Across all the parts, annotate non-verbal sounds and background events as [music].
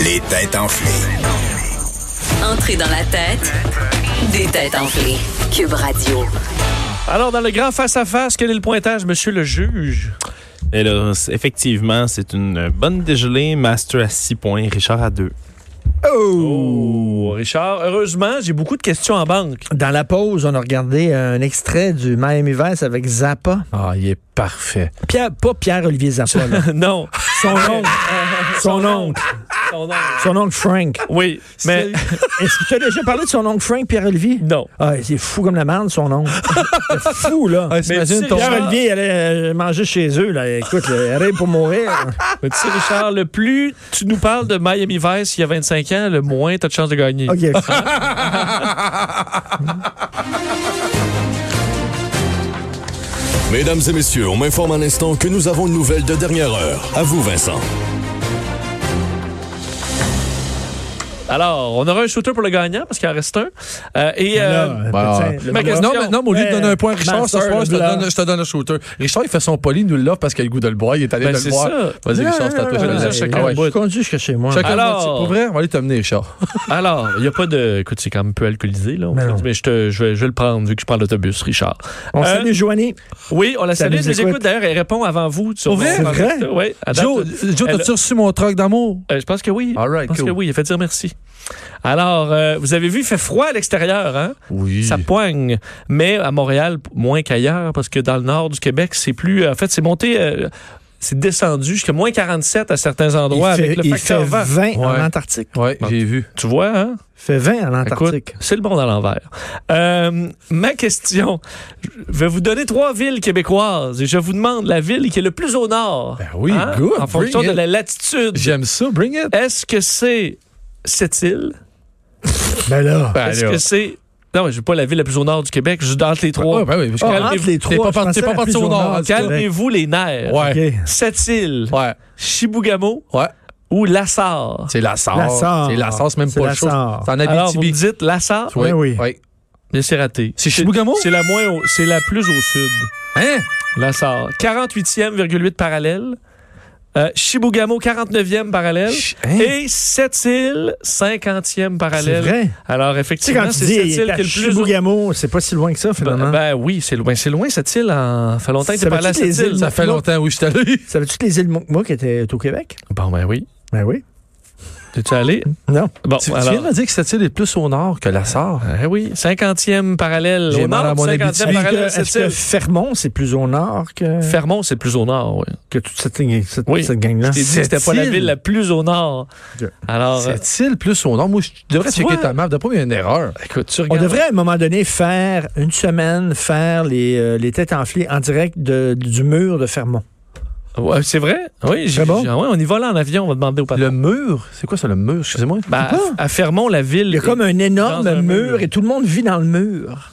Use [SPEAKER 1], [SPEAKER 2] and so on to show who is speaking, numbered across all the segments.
[SPEAKER 1] Les têtes enflées.
[SPEAKER 2] Entrez dans la tête des têtes enflées. Cube Radio.
[SPEAKER 3] Alors, dans le grand face-à-face, quel est le pointage, monsieur le juge?
[SPEAKER 4] Et Eh là, c'est- effectivement, c'est une bonne dégelée. Master à 6 points, Richard à 2.
[SPEAKER 3] Oh, Richard, heureusement, j'ai beaucoup de questions en banque.
[SPEAKER 5] Dans la pause, on a regardé un extrait du Miami Vice avec Zappa.
[SPEAKER 6] Ah, il est parfait.
[SPEAKER 5] Pierre, pas Pierre-Olivier
[SPEAKER 3] [laughs]
[SPEAKER 5] Zappa, là.
[SPEAKER 3] non.
[SPEAKER 5] son oncle. Son oncle.
[SPEAKER 3] Non, non.
[SPEAKER 5] Son oncle Frank.
[SPEAKER 3] Oui, mais
[SPEAKER 5] Est-ce que tu as déjà parlé de son oncle Frank, Pierre-Olivier?
[SPEAKER 3] [laughs] non.
[SPEAKER 5] Ah, c'est fou comme la merde, son oncle. C'est fou, là.
[SPEAKER 3] t'imagines ton-
[SPEAKER 5] Pierre-Olivier il allait euh, manger chez eux, là. Écoute, là, rire pour mourir.
[SPEAKER 3] Mais tu sais, Richard, le plus tu nous parles de Miami Vice il y a 25 ans, le moins tu as de chances de gagner.
[SPEAKER 5] [laughs] OK.
[SPEAKER 7] Mesdames et messieurs, on m'informe à l'instant que nous avons une nouvelle de dernière heure. À vous, Vincent.
[SPEAKER 3] Alors, on aura un shooter pour le gagnant parce qu'il en reste un. Euh, et euh,
[SPEAKER 5] Là,
[SPEAKER 6] Bah,
[SPEAKER 5] putain,
[SPEAKER 6] ouais.
[SPEAKER 5] le
[SPEAKER 3] Ma
[SPEAKER 5] blanc.
[SPEAKER 3] question-
[SPEAKER 6] Non, mais, non, mais au lieu de donner un point à Richard ce
[SPEAKER 5] Master,
[SPEAKER 6] soir,
[SPEAKER 5] le
[SPEAKER 6] je te,
[SPEAKER 5] blanc.
[SPEAKER 6] donne, je te donne un shooter. Richard, il fait son poli, il nous l'a parce qu'il a le goût de le boire. Il est allé
[SPEAKER 3] Ben,
[SPEAKER 6] de
[SPEAKER 3] c'est
[SPEAKER 6] le boire.
[SPEAKER 3] ça.
[SPEAKER 6] Vas-y, Richard, c'est à toi.
[SPEAKER 3] non, non,
[SPEAKER 6] je te
[SPEAKER 3] chacun
[SPEAKER 6] donne. Ah ouais.
[SPEAKER 3] boit.
[SPEAKER 5] Je conduis jusqu'à chez moi.
[SPEAKER 6] Chacun
[SPEAKER 3] Alors-
[SPEAKER 6] moitié. Pour vrai, on va aller t'amener, Richard.
[SPEAKER 3] Alors, il n'y a pas de. Écoute, c'est quand même un peu alcoolisé, là. on
[SPEAKER 5] Mais
[SPEAKER 3] peut
[SPEAKER 5] non.
[SPEAKER 3] dire, Mais je, te, je, vais, je vais le prendre, vu que je prends l'autobus, Richard.
[SPEAKER 5] On
[SPEAKER 3] Euh,
[SPEAKER 5] salue Joanie.
[SPEAKER 3] Oui, on la
[SPEAKER 5] Ça
[SPEAKER 3] salue.
[SPEAKER 5] nous
[SPEAKER 3] Elle nous
[SPEAKER 5] écoute.
[SPEAKER 3] écoute d'ailleurs, elle répond avant vous. sur
[SPEAKER 6] Pour vrai?
[SPEAKER 3] mon-
[SPEAKER 5] C'est vrai?
[SPEAKER 3] Oui. à date,
[SPEAKER 6] Joe, Joe
[SPEAKER 3] elle-
[SPEAKER 6] t'as-tu reçu mon truc d'amour?
[SPEAKER 3] euh, je pense que oui.
[SPEAKER 6] All right,
[SPEAKER 3] je pense
[SPEAKER 6] cool.
[SPEAKER 3] que oui. Il a fait dire merci. Alors, euh, vous avez vu, il fait froid à l'extérieur, hein?
[SPEAKER 6] Oui.
[SPEAKER 3] Ça poigne. Mais à Montréal, p- moins qu'ailleurs, parce que dans le nord du Québec, c'est plus. En fait, c'est monté. euh, c'est descendu jusqu'à moins 47 à certains endroits
[SPEAKER 5] il fait,
[SPEAKER 3] avec le
[SPEAKER 5] il
[SPEAKER 3] facteur
[SPEAKER 5] fait
[SPEAKER 3] vent.
[SPEAKER 5] 20 en
[SPEAKER 6] Ouais.
[SPEAKER 5] Antarctique.
[SPEAKER 6] Ouais, j'ai vu.
[SPEAKER 3] Tu vois, hein?
[SPEAKER 5] fait 20 en Antarctique.
[SPEAKER 3] Écoute, c'est le bon à l'envers. Euh, ma question, je vais vous donner trois villes québécoises et je vous demande la ville qui est le plus au nord. Hein?
[SPEAKER 6] Ben oui, good,
[SPEAKER 3] En fonction
[SPEAKER 6] bring
[SPEAKER 3] de
[SPEAKER 6] it.
[SPEAKER 3] la latitude.
[SPEAKER 6] [laughs] J'aime ça, bring it.
[SPEAKER 3] Est-ce que c'est cette île?
[SPEAKER 5] Ben là.
[SPEAKER 6] Ben,
[SPEAKER 3] Est-ce
[SPEAKER 6] là.
[SPEAKER 3] que c'est... Non, mais je veux pas la ville la plus au nord du Québec, juste entre les trois.
[SPEAKER 6] Ouais, ben oui, parce que-
[SPEAKER 5] Ah,
[SPEAKER 3] calmez-vous.
[SPEAKER 5] entre les
[SPEAKER 6] T'es
[SPEAKER 5] trois,
[SPEAKER 6] pas parti-
[SPEAKER 5] je pensais
[SPEAKER 6] t'es pas
[SPEAKER 5] la
[SPEAKER 6] parti
[SPEAKER 5] plus
[SPEAKER 6] au nord,
[SPEAKER 5] du
[SPEAKER 3] Calmez-vous les nerfs.
[SPEAKER 6] Ouais.
[SPEAKER 5] Québec. OK.
[SPEAKER 3] Cette île,
[SPEAKER 6] Ouais,
[SPEAKER 3] Chibougamau
[SPEAKER 6] ouais.
[SPEAKER 3] ou Lassar?
[SPEAKER 6] C'est la sauce.
[SPEAKER 5] La Sarre.
[SPEAKER 6] C'est la sauce, même
[SPEAKER 5] C'est
[SPEAKER 6] pas
[SPEAKER 5] la
[SPEAKER 6] le chaud.
[SPEAKER 5] Sarre.
[SPEAKER 6] C'est en
[SPEAKER 3] Alors, vous me
[SPEAKER 6] Abitibi.
[SPEAKER 3] dites Lassar?
[SPEAKER 5] Ben oui.
[SPEAKER 6] Ouais.
[SPEAKER 3] Mais c'est raté.
[SPEAKER 6] C'est Chibougamau?
[SPEAKER 3] C'est la, moins au- c'est la plus au sud.
[SPEAKER 6] Hein?
[SPEAKER 3] La Sarre. 48e, 8 parallèle. Euh, Shibugamo, 49e parallèle.
[SPEAKER 6] Ch- hein?
[SPEAKER 3] Et Sept-Îles, 50e
[SPEAKER 5] C'est
[SPEAKER 3] parallèle.
[SPEAKER 5] vrai.
[SPEAKER 3] Alors,
[SPEAKER 5] Tu sais, quand
[SPEAKER 3] effectivement,
[SPEAKER 5] tu
[SPEAKER 3] c'est
[SPEAKER 5] dis
[SPEAKER 3] Sept-Îles qui
[SPEAKER 5] il
[SPEAKER 3] est
[SPEAKER 5] est
[SPEAKER 3] le
[SPEAKER 5] à
[SPEAKER 3] plus. au-
[SPEAKER 5] Chibougamau, c'est pas si loin que ça, finalement.
[SPEAKER 3] Ben, ben oui, c'est loin. C'est loin, Sept-Îles. En... fait longtemps que t'es
[SPEAKER 5] Ça
[SPEAKER 3] pas allé à
[SPEAKER 5] veut-tu que les
[SPEAKER 3] Sept-Îles.
[SPEAKER 5] îles-
[SPEAKER 3] ça?
[SPEAKER 6] Ça fait
[SPEAKER 5] Non.
[SPEAKER 6] longtemps où je suis allé.
[SPEAKER 5] Savais-tu que les îles Mokmook étaient au Québec?
[SPEAKER 3] Bon, ben oui.
[SPEAKER 5] Ben oui.
[SPEAKER 3] T'es-tu allé?
[SPEAKER 5] Non.
[SPEAKER 3] Bon,
[SPEAKER 6] Tu, tu
[SPEAKER 3] alors.
[SPEAKER 6] viens de me dire que cette île est plus au nord que la Sarre.
[SPEAKER 3] Ben oui, 50e parallèle.
[SPEAKER 6] J'ai
[SPEAKER 3] Au
[SPEAKER 6] mal à
[SPEAKER 3] nord,
[SPEAKER 6] mon
[SPEAKER 3] 50e
[SPEAKER 6] Abitibi.
[SPEAKER 3] parallèle,
[SPEAKER 5] Est-ce que, est-ce que
[SPEAKER 3] Sept-Îles.
[SPEAKER 5] Fermont, c'est plus au nord que,
[SPEAKER 3] Fermont, c'est le plus au nord, oui.
[SPEAKER 5] que toute cette, ligne- cette,
[SPEAKER 3] Oui.
[SPEAKER 5] cette gang-là?
[SPEAKER 3] Je t'ai dit que c'était pas la
[SPEAKER 6] Sept-Îles.
[SPEAKER 3] ville la plus au nord.
[SPEAKER 5] Dieu.
[SPEAKER 3] Alors, euh,
[SPEAKER 6] Cette île plus au nord. Moi, je devrais
[SPEAKER 3] Tu
[SPEAKER 6] checker
[SPEAKER 3] vois?
[SPEAKER 6] ta map. D'après moi, il y a une erreur.
[SPEAKER 3] écoute, tu
[SPEAKER 5] On
[SPEAKER 3] regardes.
[SPEAKER 5] devrait, à un moment donné, faire une semaine, faire les, euh, les têtes enflées en direct de- du mur de Fermont.
[SPEAKER 3] Ouais, c'est vrai? Oui, j'ai-
[SPEAKER 5] Très bon.
[SPEAKER 3] j'ai- ah ouais, on y va là en avion, on va demander au patron.
[SPEAKER 6] Le mur, c'est quoi ça, le mur? Excusez-moi.
[SPEAKER 3] Ben, à, à Fermont, la ville.
[SPEAKER 5] Il y a comme un énorme
[SPEAKER 3] Dans un
[SPEAKER 5] mur,
[SPEAKER 3] mur. Hein?
[SPEAKER 5] et tout le monde vit dans le mur.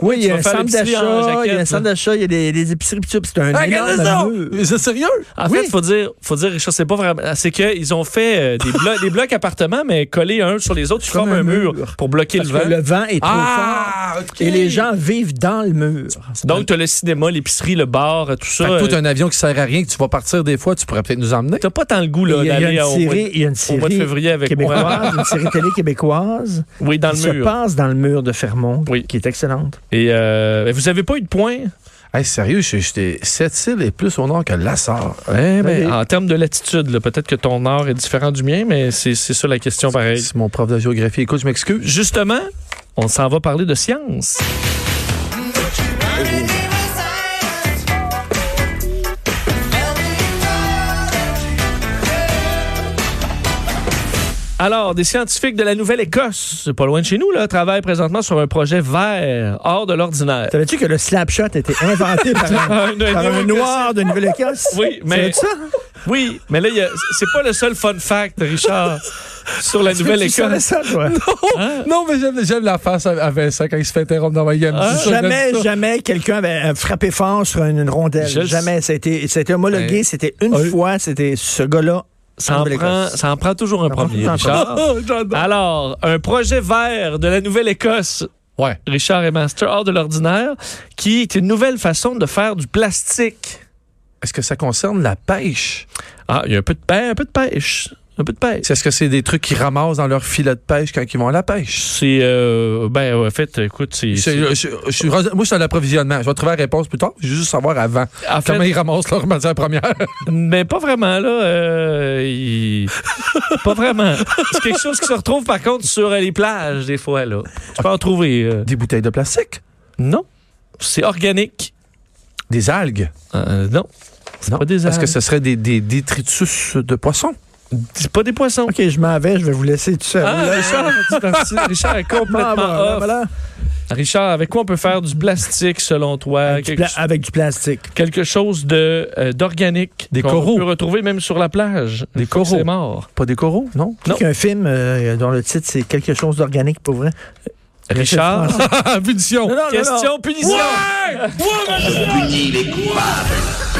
[SPEAKER 5] Oui, il y
[SPEAKER 3] Tu
[SPEAKER 5] a
[SPEAKER 3] vas
[SPEAKER 5] un
[SPEAKER 3] faire
[SPEAKER 5] centre
[SPEAKER 3] l'épicerie en
[SPEAKER 5] d'achat, il y a un
[SPEAKER 3] jaquette,
[SPEAKER 5] centre
[SPEAKER 3] là.
[SPEAKER 5] d'achat, il y a des, des épiceries, pis tout, pis c'est un
[SPEAKER 6] Regardez ça!
[SPEAKER 5] énorme mur.
[SPEAKER 6] C'est sérieux?
[SPEAKER 3] En
[SPEAKER 6] Oui.
[SPEAKER 3] fait, faut dire, faut dire, Richard, c'est pas vraiment. ah, C'est qu'ils ont fait euh, des, blocs, des blocs appartements, mais collés un sur les autres, ils
[SPEAKER 5] Comme
[SPEAKER 3] forment un
[SPEAKER 5] un
[SPEAKER 3] mur,
[SPEAKER 5] mur.
[SPEAKER 3] pour bloquer
[SPEAKER 5] Parce
[SPEAKER 3] le vent.
[SPEAKER 5] que le vent est trop
[SPEAKER 6] Ah,
[SPEAKER 5] fort.
[SPEAKER 6] ok.
[SPEAKER 5] Et les gens vivent dans le mur.
[SPEAKER 3] Donc, t'as le cinéma, l'épicerie, le bar, euh, tout
[SPEAKER 6] Fait
[SPEAKER 3] ça.
[SPEAKER 6] que toi, t'as
[SPEAKER 3] Euh,
[SPEAKER 6] un avion qui sert à rien, que tu vas partir des fois, tu pourrais peut-être nous emmener.
[SPEAKER 3] T'as pas tant le goût, là,
[SPEAKER 5] il, y a, il y a
[SPEAKER 3] d'aller au,
[SPEAKER 5] une
[SPEAKER 3] mois
[SPEAKER 5] série, il y a une
[SPEAKER 3] au mois de
[SPEAKER 5] série
[SPEAKER 3] février avec moi.
[SPEAKER 5] québécoise, une série télé québécoise
[SPEAKER 3] [laughs] Oui, [laughs] dans
[SPEAKER 5] qui
[SPEAKER 3] le
[SPEAKER 5] se
[SPEAKER 3] mur.
[SPEAKER 5] passe dans le mur de Fermont,
[SPEAKER 3] Oui.
[SPEAKER 5] qui est excellente.
[SPEAKER 3] Et euh, vous avez pas eu de points?
[SPEAKER 6] Hey, sérieux, je- j'étais. Cette île est plus au nord que la Sarre.
[SPEAKER 3] Eh ben,
[SPEAKER 5] Ok.
[SPEAKER 3] en termes de latitude, là, peut-être que ton nord est différent du mien, mais c'est c'est ça la question pareil.
[SPEAKER 6] C'est mon prof de géographie. Écoute, je m'excuse.
[SPEAKER 3] Justement, on s'en va parler de science. Alors, des scientifiques de la Nouvelle-Écosse, c'est pas loin de chez nous, là, travaillent présentement sur un projet vert, hors de l'ordinaire.
[SPEAKER 5] Savais-tu que le slapshot a été
[SPEAKER 3] [laughs]
[SPEAKER 5] inventé par un,
[SPEAKER 3] Un- un-
[SPEAKER 5] par un noir de Nouvelle-Écosse?
[SPEAKER 3] Oui, mais-
[SPEAKER 5] Savais-tu ça?
[SPEAKER 3] Oui, mais là, il y a- c'est pas le seul fun fact, Richard, sur la
[SPEAKER 5] [laughs] Tu savais
[SPEAKER 3] Nouvelle-Écosse.
[SPEAKER 5] ça,
[SPEAKER 3] [laughs]
[SPEAKER 5] toi?
[SPEAKER 3] Ah.
[SPEAKER 6] Non, mais j'aime, j'aime la face à, à Vincent quand il se fait interrompre dans ma game.
[SPEAKER 3] Ah.
[SPEAKER 6] C'est ça,
[SPEAKER 5] Jamais,
[SPEAKER 6] j'aime ça.
[SPEAKER 5] jamais quelqu'un avait euh, frappé fort sur une, une rondelle.
[SPEAKER 3] Je le Ah,
[SPEAKER 5] jamais. Ça a été, ça a été homologué.
[SPEAKER 3] Ouais.
[SPEAKER 5] C'était une
[SPEAKER 6] Ouais.
[SPEAKER 5] fois. C'était ce gars-là.
[SPEAKER 3] Ça en, prend,
[SPEAKER 5] Nouvelle-Écosse.
[SPEAKER 3] ça en prend toujours un
[SPEAKER 5] prend
[SPEAKER 3] premier,
[SPEAKER 5] toujours un [laughs] Oh,
[SPEAKER 3] Richard. Alors, un projet vert de la Nouvelle-Écosse,
[SPEAKER 6] Ouais.
[SPEAKER 3] Richard et Master, hors de l'ordinaire, qui est une nouvelle façon de faire du plastique.
[SPEAKER 6] Est-ce que ça concerne la pêche?
[SPEAKER 3] Ah, il y a un peu de pêche, un peu de pêche. Un peu de pêche.
[SPEAKER 6] Est-ce que c'est des trucs qu'ils ramassent dans leur filet de pêche quand ils vont à la pêche?
[SPEAKER 3] C'est. euh, ben, en fait, écoute, c'est.
[SPEAKER 6] C'est- je- je- je suis- moi, je suis dans l'approvisionnement. Je vais trouver la réponse plus tard. Je veux juste savoir avant
[SPEAKER 3] En fait,
[SPEAKER 6] comment ils ramassent leur matière première.
[SPEAKER 3] Mais pas vraiment, là. euh, il- pas vraiment. C'est quelque chose qui se retrouve, par contre, sur euh, les plages, des fois, là. Tu peux en trouver. euh.
[SPEAKER 6] [laughs] Des bouteilles de plastique,
[SPEAKER 3] Non. C'est organique.
[SPEAKER 6] des algues.
[SPEAKER 3] Euh, non. C'est
[SPEAKER 6] Non,
[SPEAKER 3] pas des
[SPEAKER 6] Est-ce que
[SPEAKER 3] algues.
[SPEAKER 6] ce serait des, des détritus de poissons?
[SPEAKER 3] C'est pas des poissons.
[SPEAKER 5] OK, je m'en vais, je vais vous laisser tout seul.
[SPEAKER 3] Ah, Richard, tu t'en- Richard est complètement
[SPEAKER 5] Ah, voilà,
[SPEAKER 3] off.
[SPEAKER 5] voilà.
[SPEAKER 3] Richard, avec quoi on peut faire du plastique, selon toi?
[SPEAKER 5] Avec du
[SPEAKER 3] Ah, Quelque,
[SPEAKER 5] pla- avec du plastique.
[SPEAKER 3] quelque chose de, euh, d'organique.
[SPEAKER 6] Des
[SPEAKER 3] qu'on
[SPEAKER 6] coraux.
[SPEAKER 3] peut retrouver même sur la plage.
[SPEAKER 6] Des
[SPEAKER 3] Une fois que
[SPEAKER 6] coraux.
[SPEAKER 3] C'est mort.
[SPEAKER 6] Pas des coraux, non?
[SPEAKER 3] Non.
[SPEAKER 5] Il y a un film euh, dont le titre, c'est quelque chose d'organique, pour vrai.
[SPEAKER 3] Richard,
[SPEAKER 6] Punition!
[SPEAKER 5] Non, non, non,
[SPEAKER 3] question punition.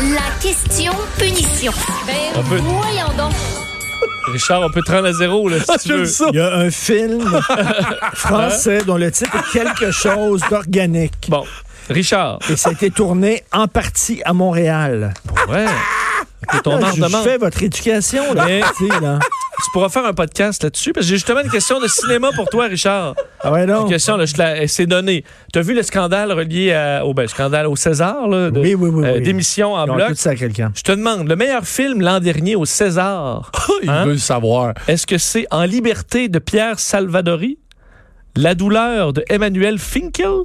[SPEAKER 1] La question punition. Ben,
[SPEAKER 3] peut-
[SPEAKER 1] voyons donc.
[SPEAKER 3] Richard, on peut te rendre à zéro, là, si tu veux.
[SPEAKER 5] Il y a
[SPEAKER 3] [laughs]
[SPEAKER 5] un film français dont le titre est quelque chose d'organique.
[SPEAKER 3] Bon, Richard,
[SPEAKER 5] Et ça a été tourné en partie à Montréal.
[SPEAKER 3] ouais. Ok, ton
[SPEAKER 5] Là,
[SPEAKER 3] art
[SPEAKER 5] Ah,
[SPEAKER 3] Eh.
[SPEAKER 5] je je
[SPEAKER 3] demande.
[SPEAKER 5] fais votre éducation, là.
[SPEAKER 3] Mais-
[SPEAKER 5] tu sais, là.
[SPEAKER 3] Tu pourras faire un podcast là-dessus parce que j'ai justement une question de cinéma pour toi, Richard.
[SPEAKER 5] Ah ouais,
[SPEAKER 3] Une
[SPEAKER 5] non?
[SPEAKER 3] question, là, je te la, c'est donné. T'as vu le scandale relié à- au ben, scandale au César, là, de-
[SPEAKER 5] Oui, oui, oui,
[SPEAKER 3] euh,
[SPEAKER 5] oui.
[SPEAKER 3] d'émission en
[SPEAKER 5] Ils ont
[SPEAKER 3] bloc.
[SPEAKER 5] tout ça à quelqu'un.
[SPEAKER 3] Je te demande, le meilleur film l'an dernier au César,
[SPEAKER 6] Ah, Il
[SPEAKER 3] Hein?
[SPEAKER 6] veut le savoir.
[SPEAKER 3] est-ce que c'est En liberté de Pierre Salvadori, La douleur de Emmanuel Finkel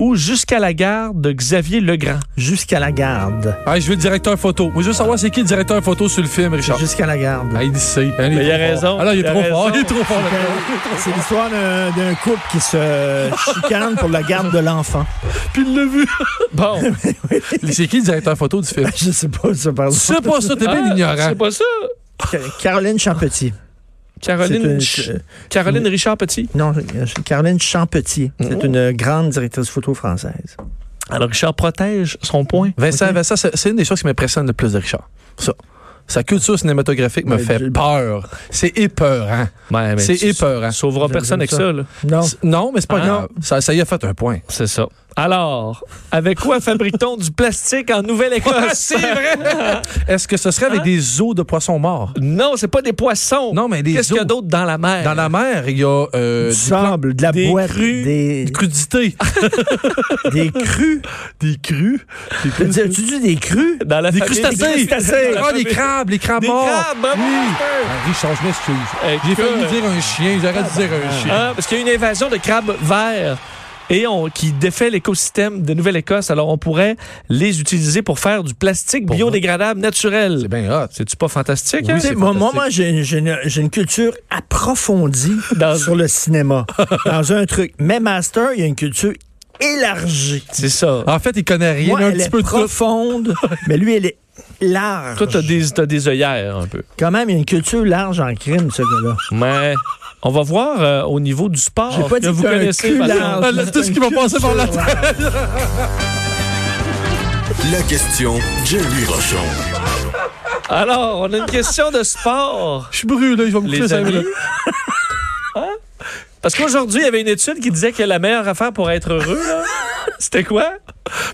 [SPEAKER 3] ou Jusqu'à la gare de Xavier Legrand?
[SPEAKER 5] Jusqu'à la garde.
[SPEAKER 6] Ah, je veux le directeur photo. Moi, je veux savoir c'est qui le directeur photo sur le film, Richard.
[SPEAKER 5] Jusqu'à la garde.
[SPEAKER 6] Ah, il dit c'est. Ah,
[SPEAKER 3] Mais
[SPEAKER 6] est
[SPEAKER 3] il a
[SPEAKER 6] trop
[SPEAKER 3] raison,
[SPEAKER 6] fort. Ah, là, il
[SPEAKER 3] il
[SPEAKER 6] est
[SPEAKER 3] a
[SPEAKER 6] trop fort.
[SPEAKER 3] raison.
[SPEAKER 6] Il est
[SPEAKER 3] [laughs]
[SPEAKER 6] trop fort.
[SPEAKER 5] C'est l'histoire d'un d'un couple qui [laughs] se chicane pour la garde de l'enfant.
[SPEAKER 3] Puis il l'a vu. [laughs] Bon.
[SPEAKER 6] C'est qui le directeur photo du film?
[SPEAKER 5] [laughs] Je sais pas, ça parle.
[SPEAKER 6] C'est pas ça, t'es bien
[SPEAKER 3] Ah,
[SPEAKER 6] ignorant.
[SPEAKER 3] C'est pas ça.
[SPEAKER 5] [laughs] Caroline Champetier.
[SPEAKER 3] Caroline,
[SPEAKER 5] C'est une-
[SPEAKER 3] Ch- Caroline Richard Petit.
[SPEAKER 5] Non, euh, Caroline Champetier. C'est une grande directrice photo française.
[SPEAKER 3] Alors, Richard protège son point.
[SPEAKER 6] Vincent, Vincent, c'est c'est une des choses qui m'impressionne le plus de Richard. Ça. Sa culture cinématographique me
[SPEAKER 5] Ouais,
[SPEAKER 6] fait
[SPEAKER 5] je-
[SPEAKER 6] peur. C'est épeurant. mais
[SPEAKER 3] c'est
[SPEAKER 6] tu-
[SPEAKER 3] épeurant.
[SPEAKER 6] tu
[SPEAKER 3] Sauvera
[SPEAKER 5] J'aime
[SPEAKER 3] personne avec ça,
[SPEAKER 5] ça.
[SPEAKER 3] là.
[SPEAKER 5] Non.
[SPEAKER 6] S- Non, mais c'est pas
[SPEAKER 3] Ah.
[SPEAKER 6] grave. Ça, ça y a fait un point.
[SPEAKER 3] C'est ça. Alors, avec quoi fabrique-t-on du plastique en Nouvelle-Écosse?
[SPEAKER 6] Est-ce que ce serait avec
[SPEAKER 3] Hein?
[SPEAKER 6] des os de poissons morts?
[SPEAKER 3] non, c'est pas des poissons.
[SPEAKER 6] Non, mais des
[SPEAKER 3] Qu'est-ce qu'il y a
[SPEAKER 6] os.
[SPEAKER 3] d'autre dans la mer?
[SPEAKER 6] Dans la mer, il y a euh,
[SPEAKER 5] du
[SPEAKER 6] du plan-
[SPEAKER 5] sable, de la
[SPEAKER 6] des
[SPEAKER 5] boîte,
[SPEAKER 6] crus,
[SPEAKER 5] des,
[SPEAKER 6] des crudités.
[SPEAKER 5] des crus.
[SPEAKER 6] des crus. Des
[SPEAKER 5] Tu dis- tu dis des crus?
[SPEAKER 3] Dans la
[SPEAKER 6] Des
[SPEAKER 3] famille-
[SPEAKER 6] crustacés.
[SPEAKER 3] Des crustacés.
[SPEAKER 6] Ah, les crabes, les crabes
[SPEAKER 3] Des
[SPEAKER 6] morts.
[SPEAKER 3] crabes, hein,
[SPEAKER 6] oui.
[SPEAKER 3] mon Dieu.
[SPEAKER 6] Ah, Richard, je m'excuse.
[SPEAKER 3] Euh, Écoute.
[SPEAKER 6] J'ai failli dire un chien. J'aurais dû dire un chien.
[SPEAKER 3] Hein, parce qu'il y a une invasion de crabes verts et on- qui défait l'écosystème de Nouvelle-Écosse. Alors, on pourrait les utiliser pour faire du plastique biodégradable
[SPEAKER 6] C'est
[SPEAKER 3] naturel.
[SPEAKER 6] bien hot.
[SPEAKER 3] C'est-tu pas fantastique?
[SPEAKER 5] Tu
[SPEAKER 3] hein?
[SPEAKER 5] sais, moi, moi, moi, j'ai j'ai une, j'ai une culture approfondie
[SPEAKER 3] Dans-
[SPEAKER 5] sur le cinéma. dans un truc. Mais Master, il y a une culture élargie.
[SPEAKER 3] C'est ça.
[SPEAKER 5] Ah,
[SPEAKER 6] En fait, il connaît rien.
[SPEAKER 5] Moi,
[SPEAKER 6] un
[SPEAKER 5] elle
[SPEAKER 6] petit
[SPEAKER 5] est
[SPEAKER 6] peu de tout.
[SPEAKER 5] profonde, [laughs] mais lui, elle est large.
[SPEAKER 3] Toi, t'as des, t'as des œillères un peu.
[SPEAKER 5] Quand même, il y a une culture large en crime, ce gars-là.
[SPEAKER 3] Mais on va voir euh, au niveau du sport
[SPEAKER 5] J'ai pas
[SPEAKER 3] que
[SPEAKER 5] dit
[SPEAKER 3] vous
[SPEAKER 5] que t'as un
[SPEAKER 3] connaissez.
[SPEAKER 5] cul
[SPEAKER 3] Vincent.
[SPEAKER 5] large.
[SPEAKER 3] [laughs]
[SPEAKER 6] Ah, là, Tout ce qui va passer par la tête.
[SPEAKER 7] La question Jerry Rochon.
[SPEAKER 3] Alors, on a une question de sport,
[SPEAKER 6] Je suis brûlé. Je vais me coucher
[SPEAKER 3] les
[SPEAKER 6] cinq
[SPEAKER 3] amis.
[SPEAKER 6] minutes.
[SPEAKER 3] Hein? Parce qu'aujourd'hui, il y avait une étude qui disait que la meilleure affaire pour être heureux, là, c'était quoi?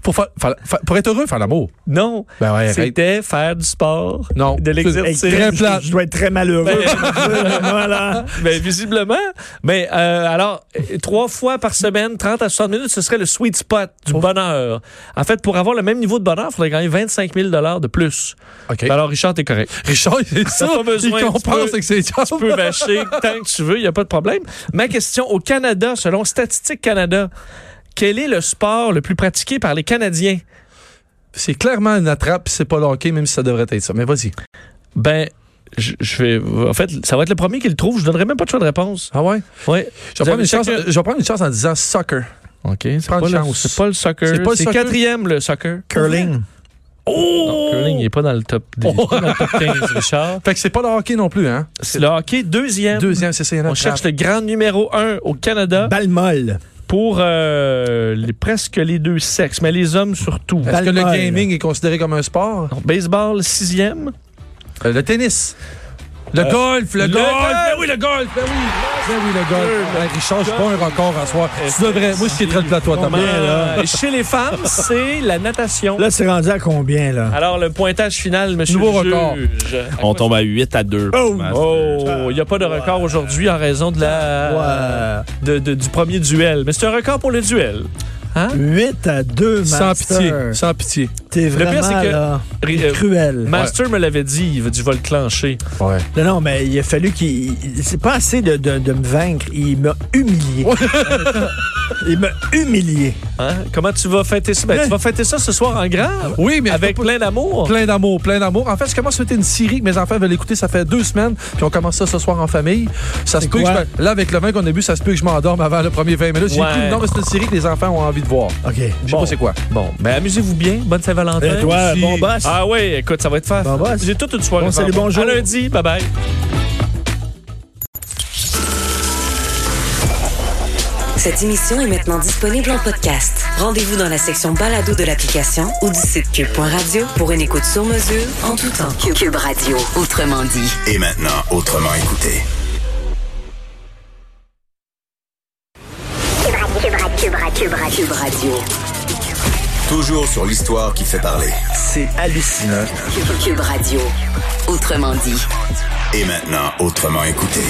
[SPEAKER 6] Pour, faire- faire- faire- pour être heureux, faire l'amour.
[SPEAKER 3] Non,
[SPEAKER 6] Ben ouais, arrête.
[SPEAKER 3] c'était faire du sport,
[SPEAKER 6] Non.
[SPEAKER 3] de
[SPEAKER 5] Hey,
[SPEAKER 3] l'exercice.
[SPEAKER 6] très
[SPEAKER 5] je-
[SPEAKER 6] plate.
[SPEAKER 5] Je, dois être très malheureux. voilà.
[SPEAKER 3] Ben, visiblement. Mais euh, alors, euh, trois fois par semaine, 30 à 60 minutes, ce serait le sweet spot du bonheur. En fait, pour avoir le même niveau de bonheur, il faudrait gagner 25 000 de plus. Ben,
[SPEAKER 6] OK.
[SPEAKER 3] Alors, Richard, t'es correct.
[SPEAKER 6] [laughs] Richard, c'est ça.
[SPEAKER 3] pas besoin,
[SPEAKER 6] il
[SPEAKER 3] tu
[SPEAKER 6] compense
[SPEAKER 3] peux-
[SPEAKER 6] avec ses
[SPEAKER 3] Tu peux bâcher tant que tu veux, il n'y a pas de problème. Ma question, au Canada, selon Statistique Canada, quel est le sport le plus pratiqué par les Canadiens?
[SPEAKER 6] C'est clairement une attrape, c'est pas le hockey, même si ça devrait être ça. Mais vas-y.
[SPEAKER 3] Ben, je, je vais... En fait, ça va être le premier qui le trouve. Je donnerai même pas de choix de réponse.
[SPEAKER 6] Ah ouais?
[SPEAKER 3] Ouais.
[SPEAKER 6] Je
[SPEAKER 3] Vous
[SPEAKER 6] vais, prendre
[SPEAKER 3] avez
[SPEAKER 6] une chance,
[SPEAKER 3] chacun-
[SPEAKER 6] je vais prendre une chance en disant soccer.
[SPEAKER 3] OK. C'est
[SPEAKER 6] Prends
[SPEAKER 3] pas,
[SPEAKER 6] une
[SPEAKER 3] le-
[SPEAKER 6] chance.
[SPEAKER 3] c'est pas le soccer.
[SPEAKER 6] C'est pas le
[SPEAKER 3] C'est
[SPEAKER 6] soccer. Oh!
[SPEAKER 3] quatrième, le soccer.
[SPEAKER 5] Curling.
[SPEAKER 3] Non, curling, il n'est pas dans le top 10. il est pas dans le top
[SPEAKER 6] [laughs]
[SPEAKER 3] 15, Richard.
[SPEAKER 6] Fait que c'est pas le hockey non plus, hein?
[SPEAKER 3] C'est le hockey, deuxième.
[SPEAKER 6] Deuxième, c'est ça, il y en a
[SPEAKER 3] On
[SPEAKER 6] une
[SPEAKER 3] cherche
[SPEAKER 6] trappe.
[SPEAKER 3] le grand numéro un au Canada
[SPEAKER 5] Balle molle.
[SPEAKER 3] pour euh, les- presque les deux sexes, mais les hommes surtout.
[SPEAKER 6] Est-ce que le
[SPEAKER 5] Balmol.
[SPEAKER 6] gaming est considéré comme un sport?
[SPEAKER 3] Baseball, sixième.
[SPEAKER 6] Euh, le tennis. Le golf, le,
[SPEAKER 3] le
[SPEAKER 6] golf.
[SPEAKER 3] golf.
[SPEAKER 6] Ben oui, le golf. Ben oui, ben oui le golf. Ben, Richard, je suis pas un record à soir. Tu devrais. Moi, je quitterais le plateau à ta mère.
[SPEAKER 3] Euh, Chez les femmes, c'est la natation.
[SPEAKER 5] Là, c'est rendu à combien, là?
[SPEAKER 3] Alors, le pointage final, monsieur
[SPEAKER 6] Nouveau
[SPEAKER 3] le
[SPEAKER 6] record.
[SPEAKER 3] juge.
[SPEAKER 4] On tombe à 8 à 2.
[SPEAKER 5] Oh!
[SPEAKER 3] Oh, il n'y a pas de record aujourd'hui en raison de la de- de- du premier duel. Mais c'est un record pour le duel. Hein?
[SPEAKER 5] 8 à 2,
[SPEAKER 6] Sans
[SPEAKER 5] Master.
[SPEAKER 6] pitié. Sans pitié.
[SPEAKER 5] T'es
[SPEAKER 3] pire,
[SPEAKER 5] vraiment,
[SPEAKER 3] c'est que-
[SPEAKER 5] là,
[SPEAKER 3] Ri- euh,
[SPEAKER 5] cruel.
[SPEAKER 3] Master me l'avait dit, il veut du vol clencher.
[SPEAKER 6] Ouais.
[SPEAKER 5] Non, non, mais il a fallu qu'il... il- C'est pas assez de, de- de me vaincre. Il m'a humilié. il m'a humilié.
[SPEAKER 3] Hein? Comment tu vas fêter ça? Ben,
[SPEAKER 5] Mais-
[SPEAKER 3] tu vas fêter ça ce soir en grand?
[SPEAKER 6] Oui, mais
[SPEAKER 3] Avec plein d'amour?
[SPEAKER 6] Plein d'amour, plein d'amour. En fait, je commence à écouter une série que mes enfants veulent écouter. Ça fait deux semaines, puis on commence ça ce soir en famille. Ça se peut que
[SPEAKER 5] quoi?
[SPEAKER 6] je, me- là, avec le vin qu'on a bu, ça se peut que je m'endorme avant le premier 20 minutes. J'ai
[SPEAKER 3] Ouais.
[SPEAKER 6] écrit, non, mais c'est une série que les enfants ont envie de voir.
[SPEAKER 5] OK.
[SPEAKER 6] Je sais
[SPEAKER 3] Bon.
[SPEAKER 6] pas c'est quoi.
[SPEAKER 3] Bon, ben amusez-vous bien. Bonne Saint-Valentin.
[SPEAKER 5] Et toi,
[SPEAKER 3] aussi.
[SPEAKER 5] bon boss.
[SPEAKER 3] Ah oui, écoute, ça va être fun.
[SPEAKER 5] Bon boss.
[SPEAKER 3] J'ai toute une soirée.
[SPEAKER 5] Bon,
[SPEAKER 3] devant
[SPEAKER 5] salut,
[SPEAKER 3] moi.
[SPEAKER 5] bonjour.
[SPEAKER 3] À lundi, bye bye.
[SPEAKER 2] Cette émission est maintenant disponible en podcast. Rendez-vous dans la section balado de l'application ou du site cube.radio pour une écoute sur mesure en tout temps. Cube, Cube Radio, autrement dit.
[SPEAKER 8] Et maintenant, autrement écouté.
[SPEAKER 2] Cube Radio.
[SPEAKER 8] Toujours sur l'histoire qui fait parler.
[SPEAKER 9] C'est hallucinant.
[SPEAKER 2] Cube, Cube Radio, autrement dit.
[SPEAKER 8] Et maintenant, autrement écouté.